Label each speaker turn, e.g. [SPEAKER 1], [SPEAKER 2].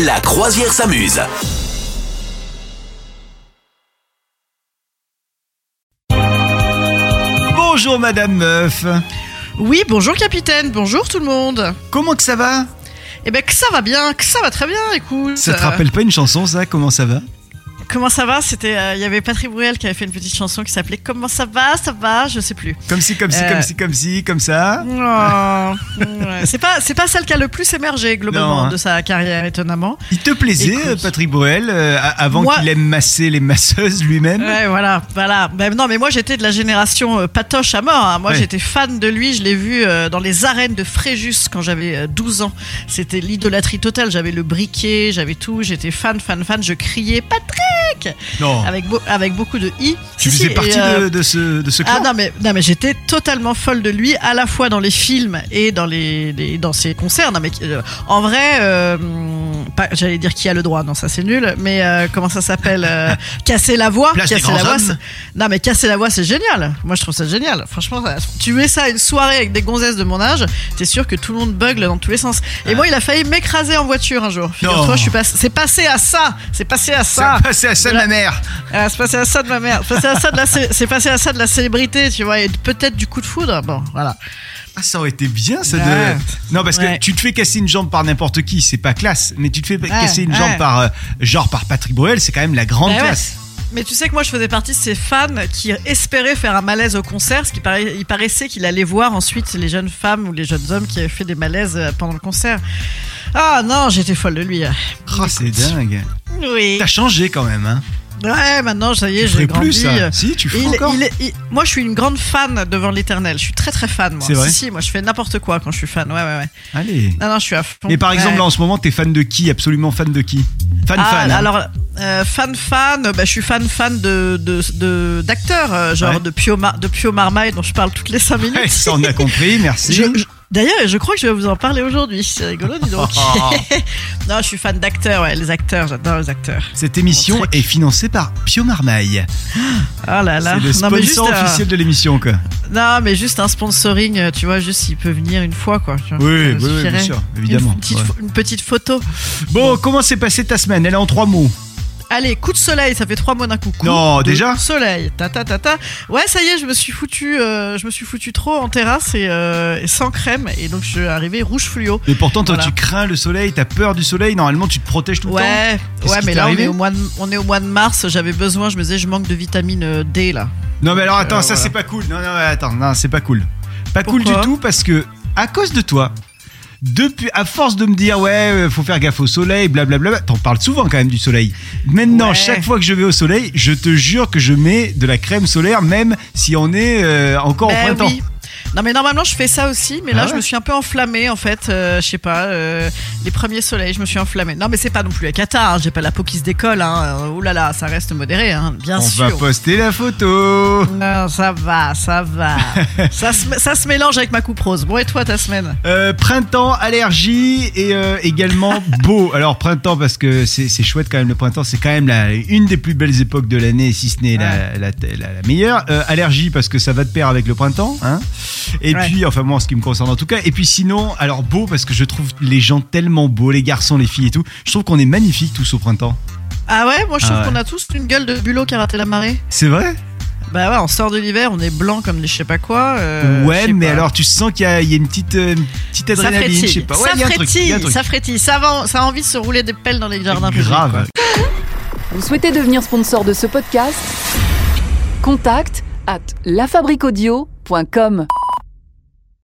[SPEAKER 1] La croisière s'amuse.
[SPEAKER 2] Bonjour Madame Meuf.
[SPEAKER 3] Oui, bonjour capitaine, bonjour tout le monde.
[SPEAKER 2] Comment que ça va
[SPEAKER 3] Eh ben que ça va bien, que ça va très bien, écoute.
[SPEAKER 2] Ça te
[SPEAKER 3] Euh,
[SPEAKER 2] rappelle pas une chanson ça Comment ça va
[SPEAKER 3] Comment ça va C'était, euh, il y avait Patrick Bruel qui avait fait une petite chanson qui s'appelait Comment ça va, ça va, je sais plus.
[SPEAKER 2] Comme si, comme si,
[SPEAKER 3] Euh.
[SPEAKER 2] comme si, comme si, comme ça.
[SPEAKER 3] Oh, ouais. c'est pas, c'est pas celle qui a le plus émergé
[SPEAKER 2] Non,
[SPEAKER 3] globalement
[SPEAKER 2] hein.
[SPEAKER 3] de sa carrière étonnamment.
[SPEAKER 2] Il te plaisait
[SPEAKER 3] Écoute.
[SPEAKER 2] euh, Patrick Bruel euh, a- avant
[SPEAKER 3] Moi-
[SPEAKER 2] qu'il aime masser les masseuses lui-même
[SPEAKER 3] Ouais, voilà, voilà. Ben non, mais moi j'étais de la génération euh, patoche à mort. hein. Moi
[SPEAKER 2] Ouais.
[SPEAKER 3] j'étais fan de lui. Je l'ai vu euh, dans les arènes de Fréjus quand j'avais euh, 12 ans. C'était l'idolâtrie totale. J'avais le briquet, j'avais tout. J'étais fan, fan, fan. Je criais Patrick
[SPEAKER 2] Non.
[SPEAKER 3] avec, beau- avec beaucoup de
[SPEAKER 2] Oh. Tu
[SPEAKER 3] i. Ah bah, Si,
[SPEAKER 2] faisais
[SPEAKER 3] si,
[SPEAKER 2] partie
[SPEAKER 3] et, euh,
[SPEAKER 2] de, de ce de ce
[SPEAKER 3] Ah
[SPEAKER 2] clan.
[SPEAKER 3] non mais non mais j'étais totalement folle de lui à la fois dans les films et dans les, les- dans ses concerts. Non mais euh, en vrai, euh, hum, pas- j'allais dire qui a le droit. Non ça c'est nul. Mais euh, comment ça s'appelle euh, Casser la voix.
[SPEAKER 2] Place des
[SPEAKER 3] casser la
[SPEAKER 2] grands
[SPEAKER 3] voix.
[SPEAKER 2] hommes.
[SPEAKER 3] c'est- Non mais casser la voix c'est génial. Moi je trouve ça génial. Franchement, ça- tu mets ça à une soirée avec des gonzesses de mon âge, t'es sûr que tout le monde bugle dans tous les sens. Et moi il a failli m'écraser en voiture un jour. Figure-toi, je suis pas- C'est passé à ça. C'est passé à
[SPEAKER 2] ça
[SPEAKER 3] ça.
[SPEAKER 2] passait à ça de
[SPEAKER 3] Voilà.
[SPEAKER 2] ma mère.
[SPEAKER 3] Ah, c'est passé à ça de ma mère. C'est passé à ça de la, cé- c'est passé à ça de la célébrité, tu vois, et peut-être du coup de foudre. Bon, voilà.
[SPEAKER 2] Ah, ça aurait été bien ça
[SPEAKER 3] Ouais.
[SPEAKER 2] de. Non parce que
[SPEAKER 3] Ouais.
[SPEAKER 2] tu te fais casser une jambe par n'importe qui, c'est pas classe. Mais tu te fais casser une
[SPEAKER 3] ouais.
[SPEAKER 2] jambe par euh, genre par Patrick Bruel, c'est quand même la grande
[SPEAKER 3] Bah ouais.
[SPEAKER 2] classe.
[SPEAKER 3] Mais tu sais que moi, je faisais partie de ces fans qui espéraient faire un malaise au concert, ce qui paraît, il paraissait qu'il allait voir ensuite les jeunes femmes ou les jeunes hommes qui avaient fait des malaises euh, pendant le concert. Ah non, j'étais folle de lui.
[SPEAKER 2] Oh, c'est dingue.
[SPEAKER 3] Oui.
[SPEAKER 2] T'as changé quand même hein.
[SPEAKER 3] Ouais, maintenant, ça y est,
[SPEAKER 2] Tu
[SPEAKER 3] j'ai
[SPEAKER 2] ferais plus
[SPEAKER 3] grandi.
[SPEAKER 2] ça. Si tu
[SPEAKER 3] Et
[SPEAKER 2] ferais
[SPEAKER 3] il-
[SPEAKER 2] encore.
[SPEAKER 3] il- il- moi, je suis une grande fan devant l'éternel. Je suis très très fan, moi.
[SPEAKER 2] C'est vrai
[SPEAKER 3] Si, si, moi, je fais n'importe quoi quand je suis fan. Ouais, ouais, ouais.
[SPEAKER 2] Allez.
[SPEAKER 3] Non, non, je suis à fond.
[SPEAKER 2] Mais par exemple,
[SPEAKER 3] Ouais.
[SPEAKER 2] là en ce moment, t'es fan de qui Absolument fan de qui Fan
[SPEAKER 3] Ah,
[SPEAKER 2] fan. hein.
[SPEAKER 3] Alors, euh, fan fan, euh, bah, je suis fan fan de d'acteurs, de, d'acteurs, euh, genre
[SPEAKER 2] Ouais.
[SPEAKER 3] de, Pio Mar- de Pio Marmaille dont je parle toutes les 5 minutes.
[SPEAKER 2] Ouais, ça on a compris, merci.
[SPEAKER 3] Je- je- D'ailleurs, je crois que je vais vous en parler aujourd'hui. C'est rigolo, dis donc. non, je suis fan d'acteurs, ouais, les acteurs, j'adore les acteurs.
[SPEAKER 2] Cette émission
[SPEAKER 3] Mon truc.
[SPEAKER 2] est financée par Pio Marmaille.
[SPEAKER 3] Ah là là.
[SPEAKER 2] C'est le
[SPEAKER 3] non, mais juste,
[SPEAKER 2] sponsor
[SPEAKER 3] euh,
[SPEAKER 2] officiel de l'émission, quoi.
[SPEAKER 3] non, mais juste un sponsoring, euh, tu vois, juste il peut venir une fois, quoi. tu vois,
[SPEAKER 2] Oui, oui,
[SPEAKER 3] ça
[SPEAKER 2] oui,
[SPEAKER 3] suffirait.
[SPEAKER 2] bien sûr,
[SPEAKER 3] Une
[SPEAKER 2] évidemment.
[SPEAKER 3] petite,
[SPEAKER 2] Ouais.
[SPEAKER 3] pho- une petite photo.
[SPEAKER 2] Bon, comment s'est passée ta semaine Elle est en trois mots.
[SPEAKER 3] Allez, coup de soleil, ça fait trois mois d'un coup. Coup
[SPEAKER 2] Non,
[SPEAKER 3] de
[SPEAKER 2] Oh, déjà
[SPEAKER 3] Soleil, ta ta ta ta. Ouais, ça y est, je me suis foutu, euh, je me suis foutu trop en terrasse et, euh, et sans crème et donc je suis arrivé rouge fluo.
[SPEAKER 2] Mais pourtant, toi,
[SPEAKER 3] Voilà.
[SPEAKER 2] tu crains le soleil, t'as peur du soleil. Normalement, tu te protèges tout le temps.
[SPEAKER 3] Ouais,
[SPEAKER 2] Qu'est-ce
[SPEAKER 3] ouais,
[SPEAKER 2] qui
[SPEAKER 3] mais
[SPEAKER 2] t'est
[SPEAKER 3] là on
[SPEAKER 2] arrivé
[SPEAKER 3] est au mois de, on est au mois de mars. J'avais besoin, je me disais, je manque de vitamine euh, D là.
[SPEAKER 2] Non, mais alors attends,
[SPEAKER 3] Euh,
[SPEAKER 2] ça
[SPEAKER 3] voilà.
[SPEAKER 2] c'est pas cool. Non, non, attends, non, c'est pas cool. Pas cool
[SPEAKER 3] Pourquoi
[SPEAKER 2] du tout parce que à cause de toi. Depuis, à force de me dire ouais, euh, faut faire gaffe au soleil, blablabla, t'en parles souvent quand même du soleil. Maintenant,
[SPEAKER 3] Ouais.
[SPEAKER 2] chaque fois que je vais au soleil, je te jure que je mets de la crème solaire, même si on est euh, encore au
[SPEAKER 3] Ben
[SPEAKER 2] printemps.
[SPEAKER 3] oui. Non mais normalement je fais ça aussi, mais là
[SPEAKER 2] Ah ouais
[SPEAKER 3] je me suis un peu enflammée en fait, euh, je sais pas, euh, les premiers soleils je me suis enflammée. Non mais c'est pas non plus la cata, hein, j'ai pas la peau qui se décolle, hein. Euh, oulala, ça reste modéré, hein, bien
[SPEAKER 2] On
[SPEAKER 3] sûr.
[SPEAKER 2] va poster la photo.
[SPEAKER 3] Non, ça va, ça va. ça, se, ça se mélange avec ma coupe rose. Bon, et toi, ta semaine
[SPEAKER 2] Euh, printemps, allergie et euh, également beau. Alors printemps parce que c'est c'est chouette quand même le printemps, c'est quand même la, une des plus belles époques de l'année, si ce n'est la, la, la- la meilleure. Euh, allergie parce que ça va de pair avec le printemps. Hein et
[SPEAKER 3] Ouais.
[SPEAKER 2] puis, enfin moi en ce qui me concerne en tout cas. Et puis sinon, alors beau parce que je trouve les gens tellement beaux, les garçons, les filles et tout. Je trouve qu'on est magnifiques tous au printemps.
[SPEAKER 3] Ah ouais, moi je trouve
[SPEAKER 2] Ah ouais.
[SPEAKER 3] qu'on a tous une gueule de bulot qui a raté la marée.
[SPEAKER 2] C'est vrai
[SPEAKER 3] Bah ouais, on sort de l'hiver, on est blanc comme des je sais pas quoi. euh, je
[SPEAKER 2] Ouais,
[SPEAKER 3] sais
[SPEAKER 2] mais
[SPEAKER 3] pas.
[SPEAKER 2] alors tu sens qu'il y, a- il y a une petite, euh, une petite
[SPEAKER 3] Ça
[SPEAKER 2] adrénaline, je sais
[SPEAKER 3] frétille,
[SPEAKER 2] pas. Ouais,
[SPEAKER 3] ça,
[SPEAKER 2] il y a un truc, il y a un
[SPEAKER 3] frétille
[SPEAKER 2] truc.
[SPEAKER 3] ça frétille, ça va- ça a envie de se rouler des pelles dans les jardins. publics, quoi.
[SPEAKER 2] Grave.
[SPEAKER 4] Vous souhaitez devenir sponsor de ce podcast Contact à lafabriquaudio.com.